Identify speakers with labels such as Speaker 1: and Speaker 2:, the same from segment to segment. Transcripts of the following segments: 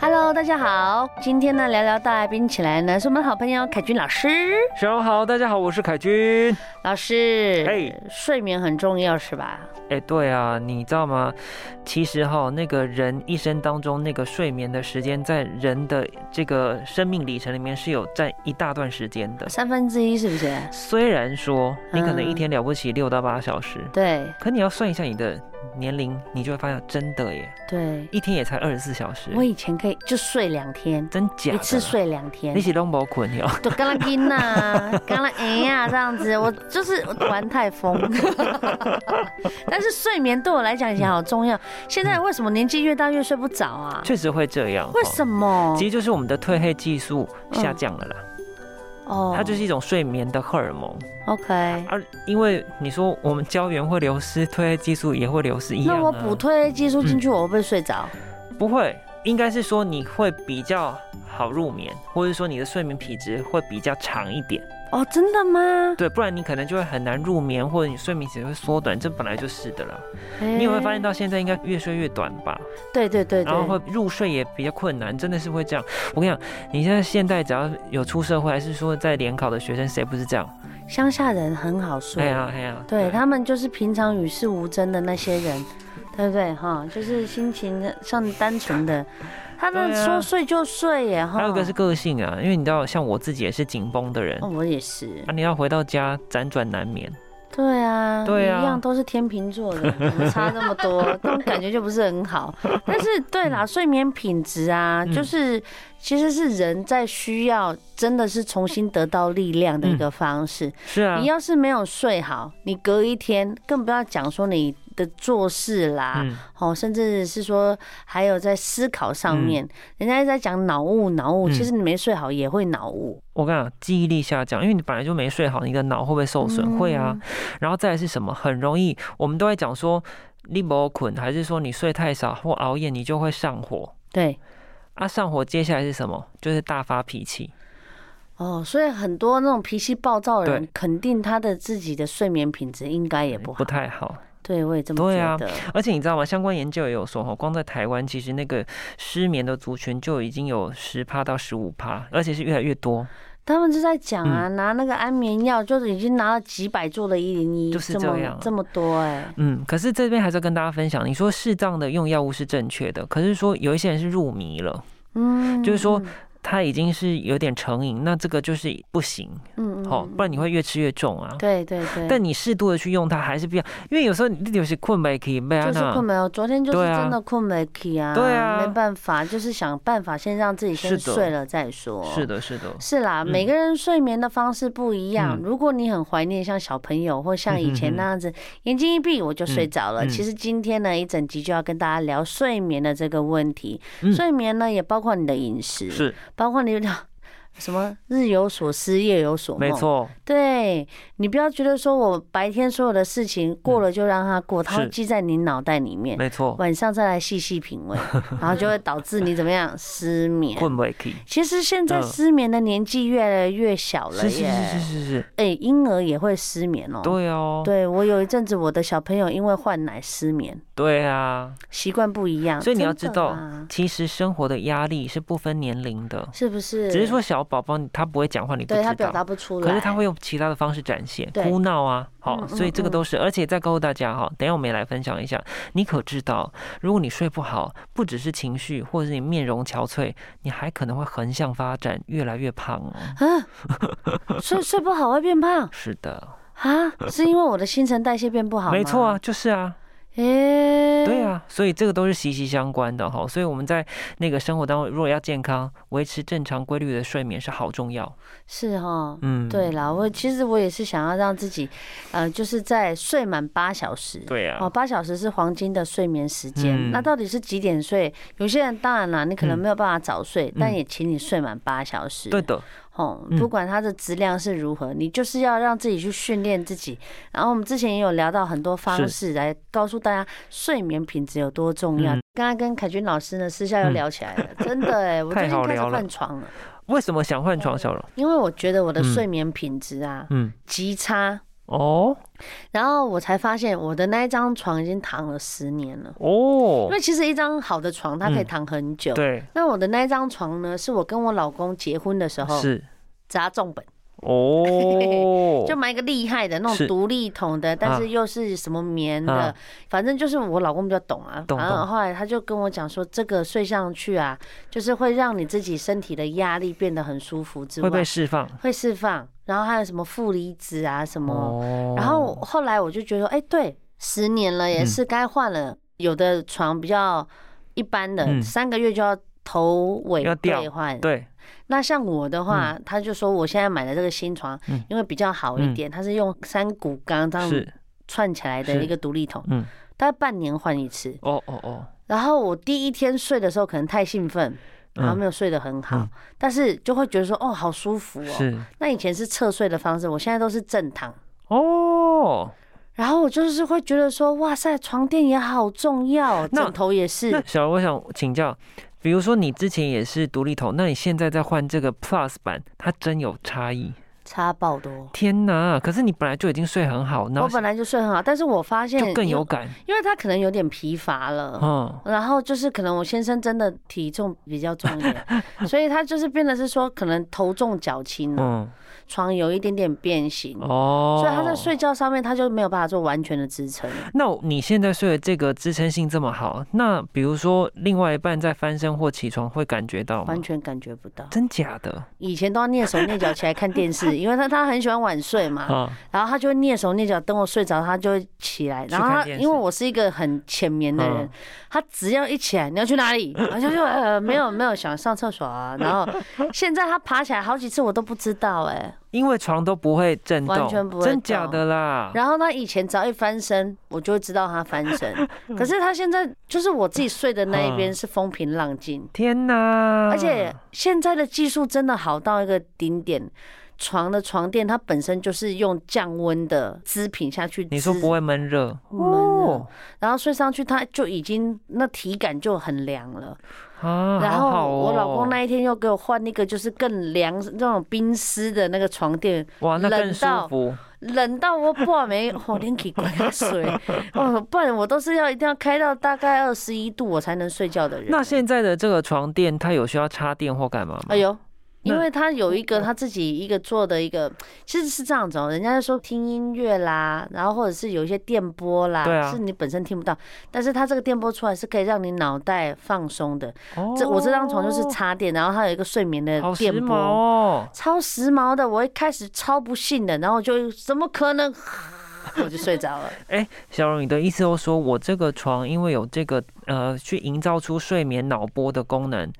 Speaker 1: Hello，大家好，今天呢聊聊大来宾起来呢是我们的好朋友凯君老师。
Speaker 2: 小荣好，大家好，我是凯君。
Speaker 1: 老师，
Speaker 2: 嘿
Speaker 1: 睡眠很重要是吧？
Speaker 2: 哎，对啊，你知道吗？其实哈，那个人一生当中那个睡眠的时间，在人的这个生命里程里面是有占一大段时间的。
Speaker 1: 三分之一是不是？
Speaker 2: 虽然说你可能
Speaker 1: 嗯
Speaker 2: 一天了不起六到八小时，
Speaker 1: 对
Speaker 2: 可你要算一下你的年龄，你就会发现真的耶，
Speaker 1: 对，
Speaker 2: 一天也才二十四小时，
Speaker 1: 我以前可以就睡两天，
Speaker 2: 真假的
Speaker 1: 一
Speaker 2: 啦
Speaker 1: 次，睡哦两天
Speaker 2: 你。是都没困哟。
Speaker 1: 就干了音 呐，干了哎呀，这样子，我就是玩太疯。 但是睡眠对我来讲以前好重要，现在为什么年纪越大越睡不着啊？
Speaker 2: 确实会这样。
Speaker 1: 为什
Speaker 2: 么？
Speaker 1: 么
Speaker 2: 其？实就是我们的褪黑激素下降了啦，
Speaker 1: 哦
Speaker 2: 它就是一种睡眠的荷尔蒙。
Speaker 1: OK。
Speaker 2: 而啊因为你说我们胶原会流失，褪黑激素也会流失一样、啊。嗯
Speaker 1: 那我补褪黑激素进去，我会不会睡着？
Speaker 2: 不会，应该是说你会比较好入眠，或者说你的睡眠品质会比较长一点。
Speaker 1: 哦，真的吗？
Speaker 2: 对，不然你可能就会很难入眠，或者你睡眠时间会缩短，这本来就是的啦。
Speaker 1: 你
Speaker 2: 你有没有发现？到现在应该越睡越短吧？
Speaker 1: 对对嗯对
Speaker 2: 然后
Speaker 1: 对，
Speaker 2: 会入睡也比较困难，真的是会这样。我跟你讲，你现在现代只要有出社会，还是说在联考的学生，谁不是这样？
Speaker 1: 乡下人很好
Speaker 2: 哎
Speaker 1: 睡。
Speaker 2: 呀哎呀，
Speaker 1: 对他们就是平常与世无争的那些 人，对不对哈？就是心情上单纯的，他们
Speaker 2: 对啊
Speaker 1: 说睡就睡耶哈。
Speaker 2: 还有一个是个性啊，因为你知道，像我自己也是紧绷的人，
Speaker 1: 哦，我也是
Speaker 2: 啊，，你要回到家辗转难眠，
Speaker 1: 对啊，
Speaker 2: 对啊
Speaker 1: 一样都是天秤座的，怎 么差这么多？那种感觉就不是很好。但是对啦，睡眠品质啊，
Speaker 2: 嗯
Speaker 1: 就是其实是人在需要，真的是重新得到力量的一个方式。
Speaker 2: 是嗯啊
Speaker 1: 你，要是没有睡好，你隔一天更不要讲说你的做事啦，
Speaker 2: 嗯，
Speaker 1: 哦，甚至是说还有在思考上面，人家一直在讲脑雾，脑雾，
Speaker 2: 嗯
Speaker 1: 其实你没睡好也会脑雾。
Speaker 2: 我跟你讲，记忆力下降，因为你本来就没睡好，你的脑会不会受损？
Speaker 1: 嗯
Speaker 2: 会啊，然后再来是什么？很容易，我们都在讲说你不困，还是说你睡太少或熬夜，你就会上火。
Speaker 1: 对，
Speaker 2: 啊，上火接下来是什么？就是大发脾气。
Speaker 1: 哦，所以很多那种脾气暴躁的人
Speaker 2: 对，哎
Speaker 1: 肯定他的自己的睡眠品质应该也不好。
Speaker 2: 不太好，
Speaker 1: 对，我也这么
Speaker 2: 对
Speaker 1: 觉
Speaker 2: 啊
Speaker 1: 得。
Speaker 2: 而且你知道吗？相关研究也有说，哈，光在台湾，其实那个失眠的族群就已经有十趴到十五趴，而且是越来越多。
Speaker 1: 他们就在讲啊，
Speaker 2: 嗯
Speaker 1: 拿那个安眠药，就是已经拿了几百做的一零一，
Speaker 2: 就是
Speaker 1: 这
Speaker 2: 这
Speaker 1: 么
Speaker 2: 样啊
Speaker 1: 这么多哎、
Speaker 2: 嗯，可是这边还是要跟大家分享，你说适当的用药物是正确的，可是说有一些人是入迷了，
Speaker 1: 嗯，
Speaker 2: 就是说他已经是有点成瘾，那这个就是不行，
Speaker 1: 嗯，嗯，
Speaker 2: 好、
Speaker 1: 嗯
Speaker 2: 不然你会越吃越重啊。
Speaker 1: 对对对，
Speaker 2: 但你适度的去用它还是必要，因为有时候你有些困没可以被安
Speaker 1: 就是
Speaker 2: 娜
Speaker 1: 困没有，昨天就是
Speaker 2: 对啊
Speaker 1: 真的困没起啊，
Speaker 2: 对啊
Speaker 1: 没办法，就是想办法先让自己先
Speaker 2: 是的
Speaker 1: 睡了再说。
Speaker 2: 是。的，是的，
Speaker 1: 是啦，
Speaker 2: 嗯
Speaker 1: 每个人睡眠的方式不一样。
Speaker 2: 嗯
Speaker 1: 如果你很怀念像小朋友或像以前那样子，眼睛一闭我就睡着了。
Speaker 2: 嗯嗯
Speaker 1: 其实今天呢，一整集就要跟大家聊睡眠的这个问题。
Speaker 2: 嗯
Speaker 1: 睡眠呢，也包括你的饮食，
Speaker 2: 是
Speaker 1: 包括你的 什么日有所思，夜有所梦。
Speaker 2: 没错，
Speaker 1: 对你不要觉得说我白天所有的事情过了就让它过，它会
Speaker 2: 嗯是
Speaker 1: 记在你脑袋里面，
Speaker 2: 没错，
Speaker 1: 晚上再来细细品 味，然后就会导致你怎么样失眠。
Speaker 2: 困没可以，
Speaker 1: 其实现在
Speaker 2: 嗯
Speaker 1: 失眠的年纪越来越小了
Speaker 2: 是是
Speaker 1: 耶，
Speaker 2: 是是是是，
Speaker 1: 哎，婴儿也会失眠哦。
Speaker 2: 对哦，
Speaker 1: 对我有一阵子我的小朋友因为换奶失眠，
Speaker 2: 对啊，
Speaker 1: 习惯不一样，
Speaker 2: 所以你要
Speaker 1: 真的
Speaker 2: 知道
Speaker 1: 啊
Speaker 2: 其实生活的压力是不分年龄的，
Speaker 1: 是不是？
Speaker 2: 只是说小宝宝他不会讲话，你不
Speaker 1: 对
Speaker 2: 知
Speaker 1: 他表
Speaker 2: 道。
Speaker 1: 达不出来，
Speaker 2: 可是他会用其他的方式展现，
Speaker 1: 对
Speaker 2: 哭闹啊，
Speaker 1: 嗯
Speaker 2: 好、
Speaker 1: 嗯
Speaker 2: 所以这个都是，而且再告诉大家哈，等一下我们也来分享一下，你可知道，如果你睡不好，不只是情绪，或者是你面容憔悴，你还可能会横向发展，越来越胖哦。
Speaker 1: 啊睡睡不好会变胖
Speaker 2: 是的，
Speaker 1: 啊，是因为我的新陈代谢变不好吗？嗯
Speaker 2: 没错啊，就是啊，
Speaker 1: 诶，
Speaker 2: 对，啊，所以这个都是息息相关的哈。所以我们在那个生活当中，如果要健康，维持正常规律的睡眠是好重要。
Speaker 1: 是哈。
Speaker 2: 嗯，
Speaker 1: 对啦，我其实我也是想要让自己，呃，就是在睡满八小时，
Speaker 2: 对
Speaker 1: 哦，
Speaker 2: 啊，
Speaker 1: 八小时是黄金的睡眠时间。
Speaker 2: 嗯
Speaker 1: 那到底是几点睡？有些人当然啦，你可能没有办法早睡，但也请你睡满八小时。
Speaker 2: 嗯对的，
Speaker 1: 哦
Speaker 2: 嗯，
Speaker 1: 不管它的质量是如何，你就是要让自己去训练自己。然后我们之前也有聊到很多方式来告诉大家睡眠品质有多重要
Speaker 2: 嗯。
Speaker 1: 刚刚跟凯军老师呢私下又聊起来了，真的哎、我最
Speaker 2: 太好
Speaker 1: 近开始
Speaker 2: 聊了
Speaker 1: 换床了，
Speaker 2: 为什么想换床，小柔？
Speaker 1: 因为我觉得我的
Speaker 2: 嗯
Speaker 1: 睡眠品质啊、
Speaker 2: 嗯，
Speaker 1: 极差，
Speaker 2: 哦
Speaker 1: 然后我才发现我的那一张床已经躺了十年了。因
Speaker 2: 哦，
Speaker 1: 为其实一张好的床它可以
Speaker 2: 嗯
Speaker 1: 躺很久。
Speaker 2: 对，
Speaker 1: 那我的那一张床呢，是我跟我老公结婚的时候
Speaker 2: 是
Speaker 1: 砸重本。，
Speaker 2: 哦
Speaker 1: 就买一个厉害的那种
Speaker 2: 是
Speaker 1: 独立桶的，但
Speaker 2: 啊
Speaker 1: 是又是什么棉的，
Speaker 2: 啊
Speaker 1: 反正就是我老公比较懂啊。
Speaker 2: 懂
Speaker 1: 然后
Speaker 2: 懂
Speaker 1: 后来他就跟我讲说，这个睡上去啊，就是会让你自己身体的压力变得很舒服之
Speaker 2: 会被
Speaker 1: 外，
Speaker 2: 释放
Speaker 1: 会释放，然后还有什么负离子啊什么。
Speaker 2: 哦
Speaker 1: 然后后来我就觉得，哎、对，十年了也
Speaker 2: 嗯
Speaker 1: 是该换了。有的床比较一般的，
Speaker 2: 嗯
Speaker 1: 三个月就要头尾
Speaker 2: 要掉
Speaker 1: 兑换，
Speaker 2: 对，
Speaker 1: 那像我的话，他就说我现在买的这个新床，
Speaker 2: 嗯
Speaker 1: 因为比较好一点，它是用三股钢这样
Speaker 2: 是
Speaker 1: 串起来的
Speaker 2: 是
Speaker 1: 一个独立筒，
Speaker 2: 嗯，
Speaker 1: 大概半年换一次。
Speaker 2: 哦哦哦，
Speaker 1: 然后我第一天睡的时候可能太兴奋，然后
Speaker 2: 嗯
Speaker 1: 没有睡得很好，
Speaker 2: 嗯
Speaker 1: 但是就会觉得说哦好舒服哦。
Speaker 2: 是
Speaker 1: 那以前是侧睡的方式，我现在都是正躺。
Speaker 2: 哦。
Speaker 1: 然后我就是会觉得说，哇塞，床垫也好重要，
Speaker 2: 那
Speaker 1: 枕头也
Speaker 2: 那
Speaker 1: 是。
Speaker 2: 小柔，我想请教，比如说你之前也是独立头，那你现在在换这个 Plus 版，它真有差异。
Speaker 1: 差爆多。
Speaker 2: 天哪！可是你本来就已经睡很好，然
Speaker 1: 我
Speaker 2: 后
Speaker 1: 本来就睡很好，但是我发现
Speaker 2: 就更
Speaker 1: 因
Speaker 2: 有
Speaker 1: 为，
Speaker 2: 感。
Speaker 1: 因为他可能有点疲乏 了，
Speaker 2: 嗯，
Speaker 1: 然后就是可能我先生真的体重比较重一点， 所以他就是变得是说可能头重脚轻了，
Speaker 2: 嗯，
Speaker 1: 床有一点点变形。嗯
Speaker 2: 哦，
Speaker 1: 所以他在。睡觉上面，他就没有办法做完全的支撑。
Speaker 2: 那你现在睡的这个支撑性这么好，那比如说另外一半在翻身或起床会感觉到吗
Speaker 1: 完？全感觉不到。
Speaker 2: 真假的
Speaker 1: 以前都要蹑手蹑脚起来看电视，因为他他很喜欢晚睡嘛，
Speaker 2: 啊？
Speaker 1: 然后他就会蹑手蹑脚，等我睡着，他就会起来。
Speaker 2: 去
Speaker 1: 然后
Speaker 2: 看
Speaker 1: 他
Speaker 2: 电
Speaker 1: 因
Speaker 2: 视
Speaker 1: 为我是一个很浅眠的人
Speaker 2: 嗯，
Speaker 1: 他只要一起来，你要去哪里？ 然后就说呃没有没有想上厕所 啊。然后现在他爬起来好几次我都不知道哎、
Speaker 2: 因为床都不会震动，
Speaker 1: 完全不会
Speaker 2: 真假的啦。
Speaker 1: 然后他以前只要一翻身，我就会知道他翻 身。可是他现在就是我自己睡的那一边
Speaker 2: 嗯
Speaker 1: 是风平浪静，
Speaker 2: 天哪！
Speaker 1: 而且现在的技术真的好到一个顶点。床的床垫它本身就是用降温的织品下去织，
Speaker 2: 你说不会闷热哦
Speaker 1: 闷热，然后睡上去它就已经那体感就很凉了。
Speaker 2: 啊？
Speaker 1: 然
Speaker 2: 好好
Speaker 1: 后
Speaker 2: 哦
Speaker 1: 我老公那一天又给我换一个就是更凉那种冰丝的那个床垫，
Speaker 2: 哇，那更
Speaker 1: 冷
Speaker 2: 舒
Speaker 1: 到
Speaker 2: 服。
Speaker 1: 冷到我破没，我连起滚 水，哦，不然我都是要一定要开到大概二十一度我才能睡觉的人。
Speaker 2: 那现在的这个床垫，它有需要插电或干嘛吗？
Speaker 1: 哎呦，
Speaker 2: 那
Speaker 1: 因为他有一个他自己一个做的一个，其实是这样子哦，人家就说听音乐啦，然后或者是有一些电波啦，
Speaker 2: 对啊
Speaker 1: 是你本身听不到，但是它这个电波出来是可以让你脑袋放松的。
Speaker 2: 哦
Speaker 1: 这我这张床就是插电，然后它有一个睡眠的
Speaker 2: 好时
Speaker 1: 电
Speaker 2: 髦
Speaker 1: 波。
Speaker 2: 哦，
Speaker 1: 超时髦的，我一开始超不信的，然后就怎么可能， 我就睡着了。
Speaker 2: 小荣，你的意思就是说我这个床因为有这个呃，去营造出睡眠脑波的功能，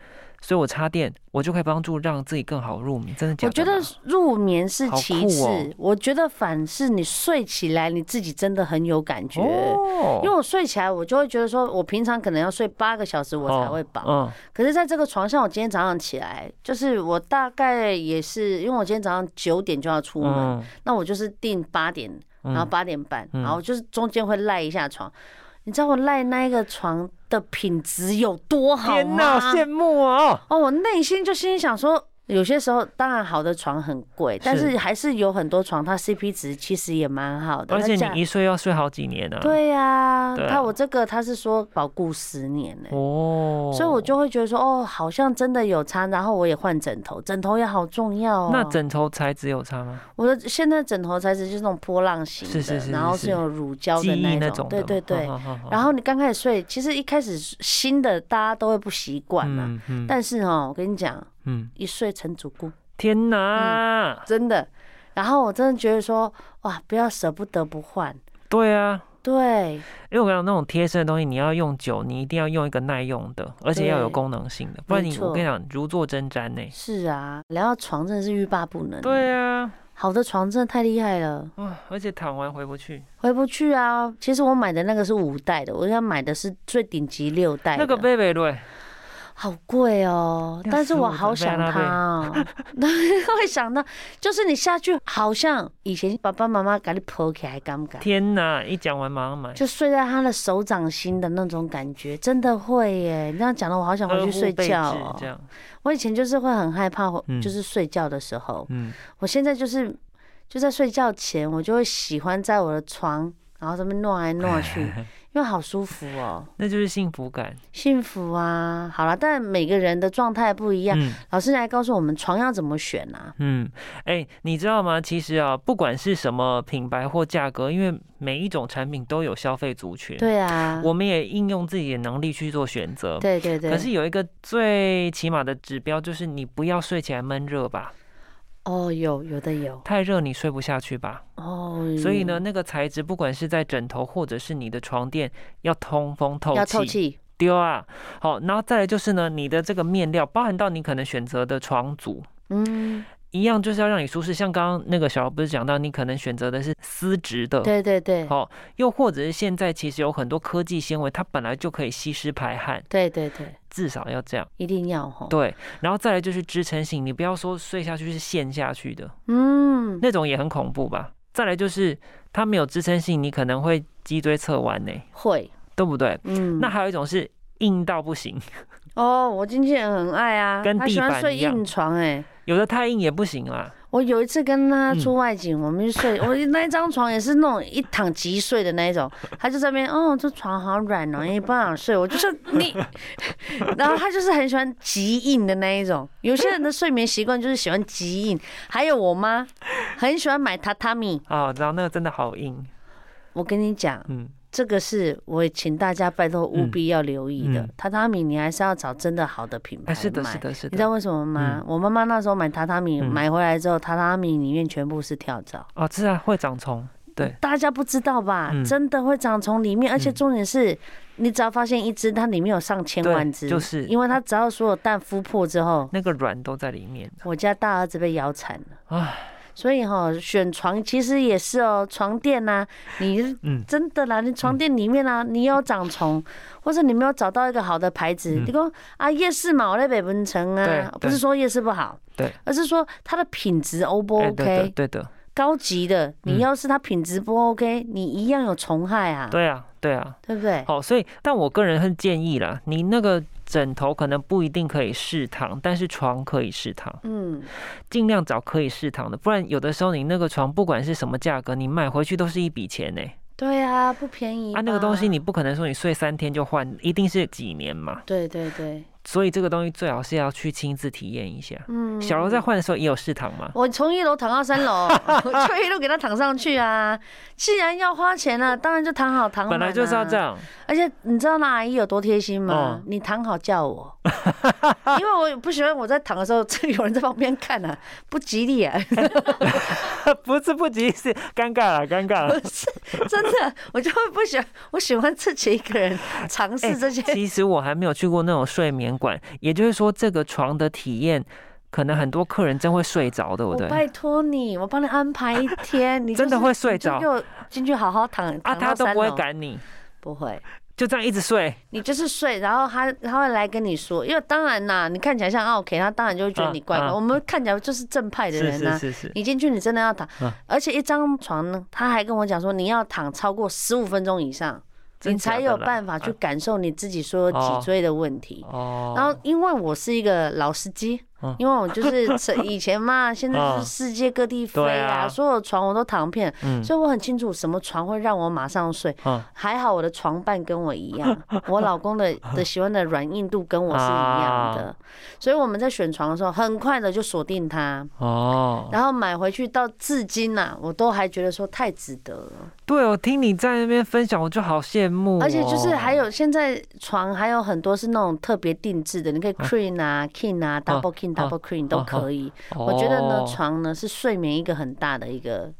Speaker 2: 所以我插电，我就可以帮助让自己更好入眠，真的假
Speaker 1: 我
Speaker 2: 的
Speaker 1: 觉
Speaker 2: 啦？
Speaker 1: 得入眠是
Speaker 2: 好
Speaker 1: 其
Speaker 2: 酷
Speaker 1: 次，
Speaker 2: 哦
Speaker 1: 我觉得反是你睡起来你自己真的很有感觉。
Speaker 2: 哦
Speaker 1: 因为我睡起来，我就会觉得说，我平常可能要睡八个小时我才会饱，
Speaker 2: 嗯，
Speaker 1: 可是在这个床上，我今天早上起来，就是我大概也是，因为我今天早上九点就要出门，
Speaker 2: 嗯
Speaker 1: 那我就是定八点，然后八点半，
Speaker 2: 嗯
Speaker 1: 然后就是中间会赖一下床。你知道我赖那一个床的品质有多好啊
Speaker 2: 天哪，
Speaker 1: 吗？
Speaker 2: 羡慕哦，
Speaker 1: 哦，我内心就心里想说，有些时候当然好的床很贵，但
Speaker 2: 是
Speaker 1: 是还是有很多床它 CP 值其实也蛮好的，
Speaker 2: 而且
Speaker 1: 它价
Speaker 2: 你一睡要睡好几年呢、啊。，
Speaker 1: 对呀、
Speaker 2: 对啊
Speaker 1: 他我这个他是说保固十年呢、
Speaker 2: 哦，
Speaker 1: 所以我就会觉得说，哦，好像真的有差。然后我也换枕头，枕头也好重要哦。
Speaker 2: 那枕头材质有差吗？
Speaker 1: 我的现在枕头材质就是那种波浪形的，
Speaker 2: 是是是是
Speaker 1: 然后是
Speaker 2: 是
Speaker 1: 有乳胶
Speaker 2: 记
Speaker 1: 的
Speaker 2: 忆那
Speaker 1: 一
Speaker 2: 种的
Speaker 1: 对
Speaker 2: 吗，
Speaker 1: 对对。
Speaker 2: 好好好
Speaker 1: 然后你刚开始睡，其实一开始新的大家都会不习惯嘛。
Speaker 2: 嗯嗯
Speaker 1: 啊但是哦，我跟你讲，
Speaker 2: 嗯，
Speaker 1: 一睡成主顾，
Speaker 2: 天哪，
Speaker 1: 真的。然后我真的觉得说，哇，不要舍不得不换。
Speaker 2: 对啊，
Speaker 1: 对，
Speaker 2: 因为我跟你讲那种贴身的东西，你要用久，你一定要用一个耐用的，而且要有功能性的，不然
Speaker 1: 没
Speaker 2: 你
Speaker 1: 错
Speaker 2: 我跟你讲如坐针毡呢、
Speaker 1: 是啊，聊到床真的是欲罢不能。
Speaker 2: 对啊，
Speaker 1: 好的床真的太厉害了，
Speaker 2: 哇，而且躺完回不去，
Speaker 1: 回不去啊！哎其实我买的那个是五代的，我要买的是最顶级六代的。
Speaker 2: 那个贝贝瑞，
Speaker 1: 好贵哦，
Speaker 2: 65
Speaker 1: 但是我好想它哦， 会想到，就是你下去，好像以前爸爸妈妈给你抱起来，敢不敢？
Speaker 2: 天哪！一讲完马上买，
Speaker 1: 就睡在他的手掌心的那种感觉，真的会耶！你这样讲的，我好想回去睡觉
Speaker 2: 呵护备
Speaker 1: 哦
Speaker 2: 至这。样，
Speaker 1: 我以前就是会很害怕，
Speaker 2: 嗯
Speaker 1: 就是睡觉的时候，
Speaker 2: 嗯，
Speaker 1: 我现在就是就在睡觉前，我就会喜欢在我的床，然后这边弄来弄 去，因为好舒服哦，
Speaker 2: 那就是幸福感。
Speaker 1: 幸福啊！好了，但每个人的状态不一样，
Speaker 2: 嗯
Speaker 1: 老师来告诉我们床要怎么选啊？
Speaker 2: 嗯，哎、你知道吗？其实啊，不管是什么品牌或价格，因为每一种产品都有消费族群，
Speaker 1: 对啊，
Speaker 2: 我们也应用自己的能力去做选择。
Speaker 1: 对对对，
Speaker 2: 可是有一个最起码的指标，就是你不要睡起来闷热吧，
Speaker 1: 哦，有有的有
Speaker 2: 太热你睡不下去吧。
Speaker 1: 哦，
Speaker 2: 所以呢，那个材质不管是在枕头或者是你的床垫，要通风透
Speaker 1: 要
Speaker 2: 气
Speaker 1: 透。气，
Speaker 2: 丢啊，好，然后再来就是呢，你的这个面料包含到你可能选择的床组，
Speaker 1: 嗯，
Speaker 2: 一样就是要让你舒适。像刚刚那个小柔不是讲到，你可能选择的是丝质的，
Speaker 1: 对对对
Speaker 2: 呃好，又或者是现在其实有很多科技纤维，它本来就可以吸湿排汗，
Speaker 1: 对对对，
Speaker 2: 至少要这样。
Speaker 1: 一定要吼，
Speaker 2: 对，然后再来就是支撑性，你不要说睡下去是陷下去的
Speaker 1: 嗯，
Speaker 2: 那种，也很恐怖吧。再来就是它没有支撑性，你可能会脊椎侧弯呢，
Speaker 1: 会，
Speaker 2: 对不对？
Speaker 1: 嗯，
Speaker 2: 那还有一种是硬到不行，
Speaker 1: 哦，我经纪人很爱啊，
Speaker 2: 跟
Speaker 1: 他
Speaker 2: 地
Speaker 1: 喜欢
Speaker 2: 板
Speaker 1: 睡
Speaker 2: 一样
Speaker 1: 硬床哎、
Speaker 2: 有的太硬也不行啦。
Speaker 1: 我有一次跟他
Speaker 2: 嗯
Speaker 1: 出外景，我们去 睡，我那一张床也是那种一躺即睡的那一种，他就在那边，哦，这床好软哦，也不想睡。我就说你， 然后他就是很喜欢极硬的那一种。有些人的睡眠习惯就是喜欢极硬，还有我妈很喜欢买榻榻米。
Speaker 2: 啊、然后那个真的好硬，
Speaker 1: 我跟你讲，
Speaker 2: 嗯，
Speaker 1: 这个是我请大家拜托务必要留意的，
Speaker 2: 嗯
Speaker 1: 榻榻米你还是要找真的好的品牌
Speaker 2: 哎，
Speaker 1: 买。
Speaker 2: 是的，是的，是
Speaker 1: 你知道
Speaker 2: 的，
Speaker 1: 为什么吗？
Speaker 2: 嗯
Speaker 1: 我妈妈那时候买榻榻米，
Speaker 2: 嗯
Speaker 1: 买回来之后，榻榻米里面全部是跳蚤，
Speaker 2: 哦，是啊，会长虫，对，
Speaker 1: 大家不知道吧？
Speaker 2: 嗯
Speaker 1: 真的会长从里面，而且
Speaker 2: 嗯
Speaker 1: 重点是，你只要发现一只，它里面有上千万只，
Speaker 2: 对就是
Speaker 1: 因为它只要所有蛋孵破之后，
Speaker 2: 那个卵都在里面，
Speaker 1: 我家大儿子被咬惨了。
Speaker 2: 唉，
Speaker 1: 所以哈、选床其实也是哦，床垫呐、你
Speaker 2: 嗯，
Speaker 1: 真的啦，你床垫里面啊，你有长虫，或者你没有找到一个好的牌子，
Speaker 2: 嗯
Speaker 1: 你说啊夜市嘛，我在北门城啊，不
Speaker 2: 对
Speaker 1: 是说夜市不好，
Speaker 2: 对，
Speaker 1: 而是说它的品质 O 不
Speaker 2: 哎
Speaker 1: 哦 OK，、
Speaker 2: 对的，对的，
Speaker 1: 高级
Speaker 2: 嗯
Speaker 1: 的，你要是它品质不 OK，、你一样有虫害啊，
Speaker 2: 对啊，对啊，
Speaker 1: 对不对？
Speaker 2: 好，所以，但我个人很建议啦，你那个枕头可能不一定可以试躺，但是床可以试躺，
Speaker 1: 嗯，
Speaker 2: 尽量找可以试躺的，不然有的时候你那个床不管是什么价格，你买回去都是一笔钱呢、
Speaker 1: 对啊，不便宜
Speaker 2: 啊，那个东西
Speaker 1: 吧
Speaker 2: 你不可能说你睡三天就换，一定是几年嘛，
Speaker 1: 对对对，
Speaker 2: 所以这个东西最好是要去亲自体验一下。
Speaker 1: 嗯，
Speaker 2: 小柔在换的时候也有试躺嘛，
Speaker 1: 我从一楼躺到三楼， 我就一路给它躺上去啊。既然要花钱了，当然啊就躺好躺满、
Speaker 2: 本来就是要这。样，
Speaker 1: 而且你知道那阿姨有多贴心吗？
Speaker 2: 哦
Speaker 1: 你躺好叫 我，因为我不喜欢我在躺的时候，这有人在旁边看啊，不吉利 啊。
Speaker 2: 不是不急是尴尬了，尴尬了。
Speaker 1: 真的，我就会不喜欢，我喜欢自己一个人尝
Speaker 2: 哎
Speaker 1: 试 这些。
Speaker 2: 其实我还没有去过那种睡眠馆，也就是说这个床的体验，可能很多客人真会睡着，对不
Speaker 1: 我
Speaker 2: 对？
Speaker 1: 拜托你，我帮你安排一天，你、就是、
Speaker 2: 真的会睡
Speaker 1: 你
Speaker 2: 着
Speaker 1: 就给我进去好好躺。
Speaker 2: 啊，
Speaker 1: 躺到
Speaker 2: 他都
Speaker 1: 三
Speaker 2: 不会
Speaker 1: 楼，
Speaker 2: 赶你，
Speaker 1: 不会。
Speaker 2: 就这样一直睡。
Speaker 1: 你就是睡，然后他他会来跟你说，因为当然啦，你看起来像 OK，他当然就会觉得你怪怪。
Speaker 2: 嗯嗯
Speaker 1: 我们看起来就是正派的
Speaker 2: 是
Speaker 1: 人呐、啊
Speaker 2: 是是是，
Speaker 1: 你进去，你真的要躺，
Speaker 2: 嗯
Speaker 1: 而且一张床呢，他还跟我讲说，你要躺超过十五分钟以上，你
Speaker 2: 真假
Speaker 1: 才
Speaker 2: 的
Speaker 1: 有
Speaker 2: 啦
Speaker 1: 办法去
Speaker 2: 啊
Speaker 1: 感受你自己所有脊椎的问题。
Speaker 2: 哦。
Speaker 1: 然后，因为我是一个老司机
Speaker 2: 嗯，
Speaker 1: 因为我就是是以前 嘛，现在就是
Speaker 2: 嗯
Speaker 1: 世界各地飞
Speaker 2: 对
Speaker 1: 啊，
Speaker 2: 啊
Speaker 1: 所有床我都躺遍，
Speaker 2: 嗯
Speaker 1: 所以我很清楚什么床会让我马上睡。
Speaker 2: 嗯
Speaker 1: 还好我的床伴跟我一 样，我老公的的喜欢的软硬度跟我是一样
Speaker 2: 啊
Speaker 1: 的，所以我们在选床的时候，很快的就锁定它，
Speaker 2: 哦，
Speaker 1: 然后买回去到至今呐、啊我都还觉得说太值得了，
Speaker 2: 对，我听你在那边分享，我就好羡慕哦。
Speaker 1: 而且就是还有现在床还有很多是那种特别定制的，你可以 queen 啊、king 啊、double king、double queen 都可以。
Speaker 2: 嗯哦，
Speaker 1: 我觉得呢，床呢是睡眠一个很大的一个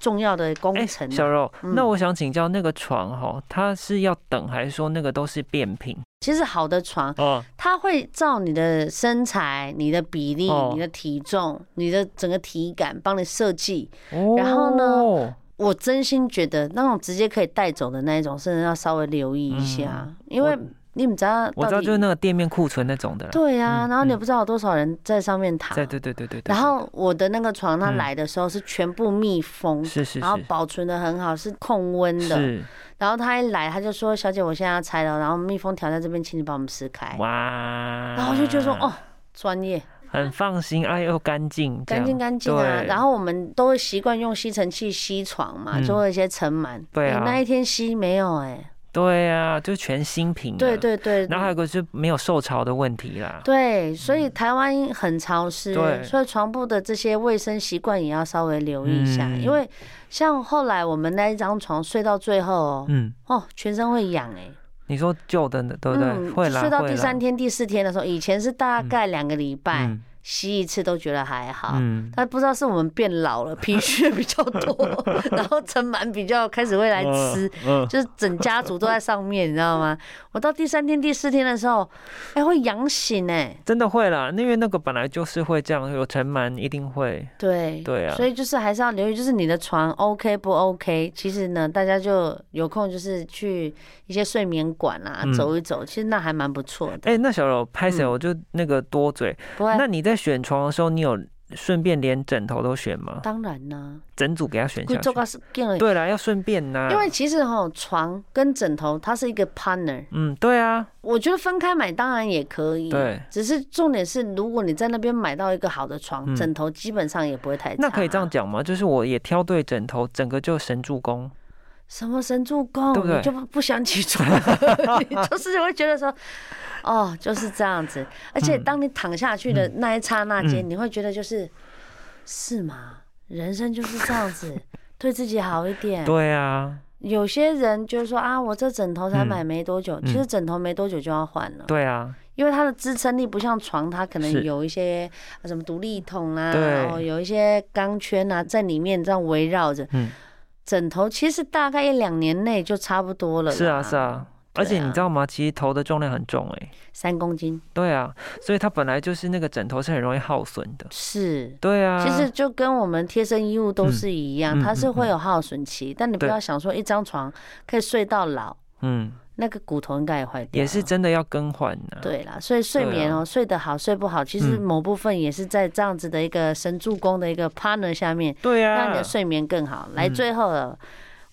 Speaker 1: 重要的工
Speaker 2: 哎，
Speaker 1: 程啊、
Speaker 2: 小柔，
Speaker 1: 嗯
Speaker 2: 那我想请教那个床哈，它是要等还是说那个都是变频？
Speaker 1: 其实好的床
Speaker 2: 哦，
Speaker 1: 它会照你的身材、你的比例、
Speaker 2: 哦
Speaker 1: 你的体重、你的整个体感帮你设计。然后呢
Speaker 2: 哦？
Speaker 1: 我真心觉得那种直接可以带走的那一种，甚至要稍微留意一下，因为
Speaker 2: 嗯我
Speaker 1: 你不知道
Speaker 2: 我
Speaker 1: 到
Speaker 2: 知道
Speaker 1: 底
Speaker 2: 就是那个店面库存那种的啦。
Speaker 1: 对呀、
Speaker 2: 嗯
Speaker 1: 然后你也
Speaker 2: 嗯
Speaker 1: 不知道有多少人在上面躺，
Speaker 2: 对对对对对对。
Speaker 1: 然后我的那个床，它
Speaker 2: 嗯
Speaker 1: 来的时候是全部密封，
Speaker 2: 是是
Speaker 1: 然后
Speaker 2: 是
Speaker 1: 保存的很好，是控温的。
Speaker 2: 是
Speaker 1: 然后他一来，他就说：“小姐，我现在要拆了，然后蜜蜂条在这边，请你帮我们撕开。
Speaker 2: 哇”，
Speaker 1: 哎然后我就觉得说：“哦，，专业，
Speaker 2: 很放心，哎又干净，这
Speaker 1: 干
Speaker 2: 样
Speaker 1: 净干净啊。”
Speaker 2: 对
Speaker 1: 然后我们都会习惯用吸尘器吸床嘛，
Speaker 2: 嗯
Speaker 1: 就会有一些尘螨。
Speaker 2: 对啊
Speaker 1: 哎那一天吸没有哎，
Speaker 2: 对啊，就全新品，
Speaker 1: 对。对对。
Speaker 2: 然后还有个就是没有受潮的问题啦，
Speaker 1: 对，所以台湾很潮湿
Speaker 2: 啊嗯对，
Speaker 1: 所以床铺的这些卫生习惯也要稍微留意一下，
Speaker 2: 嗯
Speaker 1: 因为像后来我们那一张床睡到最后哦，
Speaker 2: 嗯，
Speaker 1: 哦，全身会痒哎、欸，
Speaker 2: 你说旧的呢，对不对？
Speaker 1: 嗯，
Speaker 2: 会
Speaker 1: 就
Speaker 2: 啦，
Speaker 1: 睡到
Speaker 2: 会
Speaker 1: 第
Speaker 2: 啦
Speaker 1: 三天、第四天的时候，以前是大概两个礼拜、
Speaker 2: 嗯
Speaker 1: 吸一次都觉得还好，
Speaker 2: 嗯，
Speaker 1: 但不知道是我们变老了，皮屑比较 多，然后尘螨比较开始会来吃，
Speaker 2: 嗯，
Speaker 1: 就是整家族都在上面，你知道吗？我到第三天、第四天的时候，哎、会痒醒哎、
Speaker 2: 真的会啦，因为那个本来就是会这样，有尘螨一定会，
Speaker 1: 对。
Speaker 2: 对啊
Speaker 1: 所，以就是还是要留意，就是你的床 OK 不 OK？其实呢，大家就有空就是去一些睡眠馆啊、
Speaker 2: 嗯
Speaker 1: 走一走，其实那还蛮不错的。
Speaker 2: 哎、那小柔拍谁？
Speaker 1: 嗯
Speaker 2: 我就那个多嘴。
Speaker 1: 不会，
Speaker 2: 那你在选床的时候，你有顺便连枕头都选吗？
Speaker 1: 当然啦、
Speaker 2: 整组给他选
Speaker 1: 贵
Speaker 2: 下
Speaker 1: 州
Speaker 2: 去。
Speaker 1: 高是更
Speaker 2: 对啊啦，要顺便呐、
Speaker 1: 因为其实哈、床跟枕头它是一个 partner，
Speaker 2: 嗯，对啊，
Speaker 1: 我觉得分开买当然也可以，
Speaker 2: 对，
Speaker 1: 只是重点是如果你在那边买到一个好的床，
Speaker 2: 嗯
Speaker 1: 枕头基本上也不会太差。
Speaker 2: 那可以这样，讲吗？就是我也挑对枕头，整个就神助攻。
Speaker 1: 什么神助攻，
Speaker 2: 对不对
Speaker 1: 你就不不想起 床，你就是会觉得说。哦，就是这样子，而且
Speaker 2: 嗯
Speaker 1: 当你躺下去的那一刹那间，
Speaker 2: 嗯
Speaker 1: 你会觉得就是，是吗？人生就是这样 子，对自己好一点，
Speaker 2: 对啊，
Speaker 1: 有些人就是说啊，我这枕头才买没多久，
Speaker 2: 嗯
Speaker 1: 其实枕头没多久就要换了，
Speaker 2: 对啊，
Speaker 1: 因为它的支撑力不像床，它可能
Speaker 2: 是
Speaker 1: 有一些啊什么独立筒啦、
Speaker 2: 对
Speaker 1: 然后有一些钢圈啊在里面这样围绕着。
Speaker 2: 嗯
Speaker 1: 枕头其实大概一两年内就差不多了。
Speaker 2: 是啊，是，啊。
Speaker 1: 对
Speaker 2: 而且你
Speaker 1: 啊
Speaker 2: 知道吗？其实头的重量很重哎、
Speaker 1: 三公斤
Speaker 2: 对啊，所以它本来就是那个枕头是很容易耗损的。
Speaker 1: 是。
Speaker 2: 对啊，
Speaker 1: 其实就跟我们贴身衣物都是一样，
Speaker 2: 嗯嗯
Speaker 1: 它是会有耗损期，但你不
Speaker 2: 对
Speaker 1: 要想说一张床可以睡到老，
Speaker 2: 嗯，
Speaker 1: 那个骨头应该也坏掉了。
Speaker 2: 也是真的要更换呐、，
Speaker 1: 啊对啦，所以睡
Speaker 2: 对啊
Speaker 1: 眠哦、睡得好，睡不好，其实
Speaker 2: 嗯
Speaker 1: 某部分也是在这样子的一个神助攻的一个 partner 下面，
Speaker 2: 对啊，
Speaker 1: 让你的睡眠更好。来，
Speaker 2: 嗯
Speaker 1: 最后了，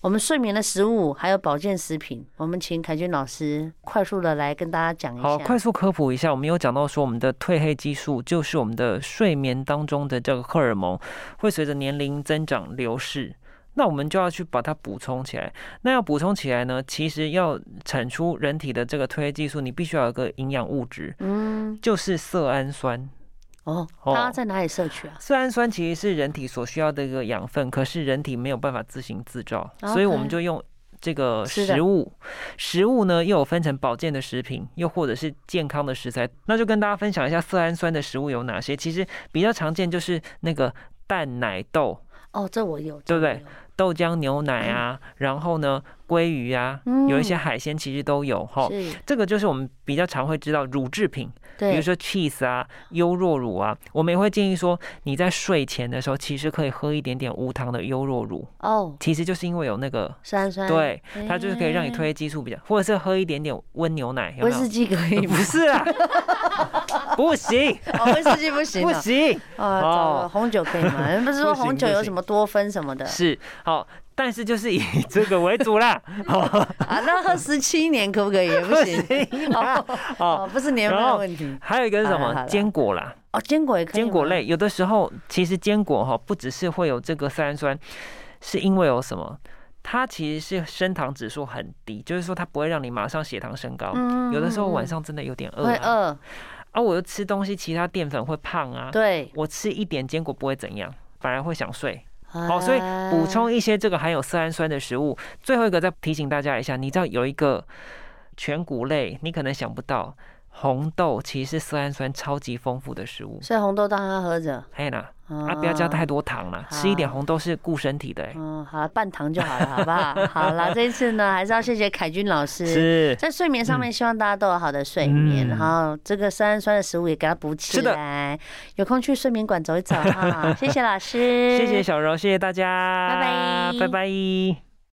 Speaker 1: 我们睡眠的食物还有保健食品，我们请凯军老师快速的来跟大家讲一
Speaker 2: 好，快
Speaker 1: 下。
Speaker 2: 速科普一下，我们有讲到说，我们的褪黑激素就是我们的睡眠当中的这个荷尔蒙，会随着年龄增长流逝。那我们就要去把它补充起来。那要补充起来呢，其实要产出人体的这个褪黑激素，你必须要有一个营养物质，
Speaker 1: 嗯，
Speaker 2: 就是色氨酸。
Speaker 1: 哦，
Speaker 2: 哦
Speaker 1: 大家在哪里摄取啊？
Speaker 2: 色氨酸其实是人体所需要的一个养分，可是人体没有办法自行自造，
Speaker 1: OK
Speaker 2: 所以我们就用这个
Speaker 1: 吃哦嗯的
Speaker 2: 食物。食物呢又有分成保健的食品，又或者是健康的食材。那就跟大家分享一下色氨酸的食物有哪些。其实比较常见就是那个蛋奶豆、
Speaker 1: 哦，这我有，
Speaker 2: 对不对
Speaker 1: 这我有？
Speaker 2: 豆浆牛奶啊，然后呢鲑鱼啊，
Speaker 1: 嗯
Speaker 2: 有一些海鲜其实都有哈。
Speaker 1: 是，
Speaker 2: 这个就是我们比较常会知道乳制品，比如
Speaker 1: 对，
Speaker 2: 说 cheese 啊、优酪乳啊，我们也会建议说，你在睡前的时候，其实可以喝一点点无糖的优酪乳，
Speaker 1: 哦，
Speaker 2: 其实就是因为有那个，
Speaker 1: 三酸，，
Speaker 2: 对，它就是可以
Speaker 1: 嗯
Speaker 2: 让你。推激素比较，或者是喝一点点温牛奶，有
Speaker 1: 威
Speaker 2: 没有呃
Speaker 1: 士？忌可以
Speaker 2: 不
Speaker 1: 吗？
Speaker 2: 是啊，不行，
Speaker 1: 哦，威士忌不行
Speaker 2: 不
Speaker 1: 啊！
Speaker 2: 行，
Speaker 1: 啊，糟了红酒可以吗？人不是说
Speaker 2: 不行
Speaker 1: 红酒
Speaker 2: 哦 不
Speaker 1: 有
Speaker 2: 行
Speaker 1: 什么多酚什么的？
Speaker 2: 是好，但是就是以 这个为主 啦，好，
Speaker 1: 啊，那喝十七年可不可以？也不
Speaker 2: 不
Speaker 1: 行。
Speaker 2: 行啦，
Speaker 1: 哦，
Speaker 2: 好。
Speaker 1: 不是年份
Speaker 2: 然
Speaker 1: 的
Speaker 2: 后
Speaker 1: 问题。
Speaker 2: 还有一个是什
Speaker 1: 好了好
Speaker 2: 么？
Speaker 1: 了
Speaker 2: 坚果啦，
Speaker 1: 哦，坚果也可以。
Speaker 2: 坚果。类有的时候其实坚果哈不只是会有这个色氨酸，是因为有什么？它其实是升糖指数很低，就是说它不会让你马上血糖升高。
Speaker 1: 嗯
Speaker 2: 有的时候晚上真的有点饿
Speaker 1: 会
Speaker 2: 啊，
Speaker 1: 饿，
Speaker 2: 啊我又吃东西，其他淀粉会胖啊。
Speaker 1: 对。
Speaker 2: 我吃一点坚果不会怎样，反而会想睡。好哦所以补充
Speaker 1: 啊
Speaker 2: 一些这个含有色氨酸的食物。最后一个再提醒大家一下，你知道有一个全谷类，你可能想不到，红豆其实是色氨酸超级丰富的食物。
Speaker 1: 所以红豆当然要喝着
Speaker 2: 还有呢，
Speaker 1: 啊
Speaker 2: 啊，不要加太。多糖了，吃一点红豆是顾身体的、欸。
Speaker 1: 嗯，好了，半糖就好了，好不 好？好了，这一次呢，还是要谢谢凯军老师。
Speaker 2: 是，
Speaker 1: 在睡眠上面，希望大家都有好的睡眠，
Speaker 2: 嗯
Speaker 1: 然后这个色氨酸的食物也给它补起
Speaker 2: 是的
Speaker 1: 来。有空去睡眠 馆走一走哈，谢谢老师，
Speaker 2: 谢谢小柔，谢谢大家，
Speaker 1: 嗯拜拜
Speaker 2: 拜拜。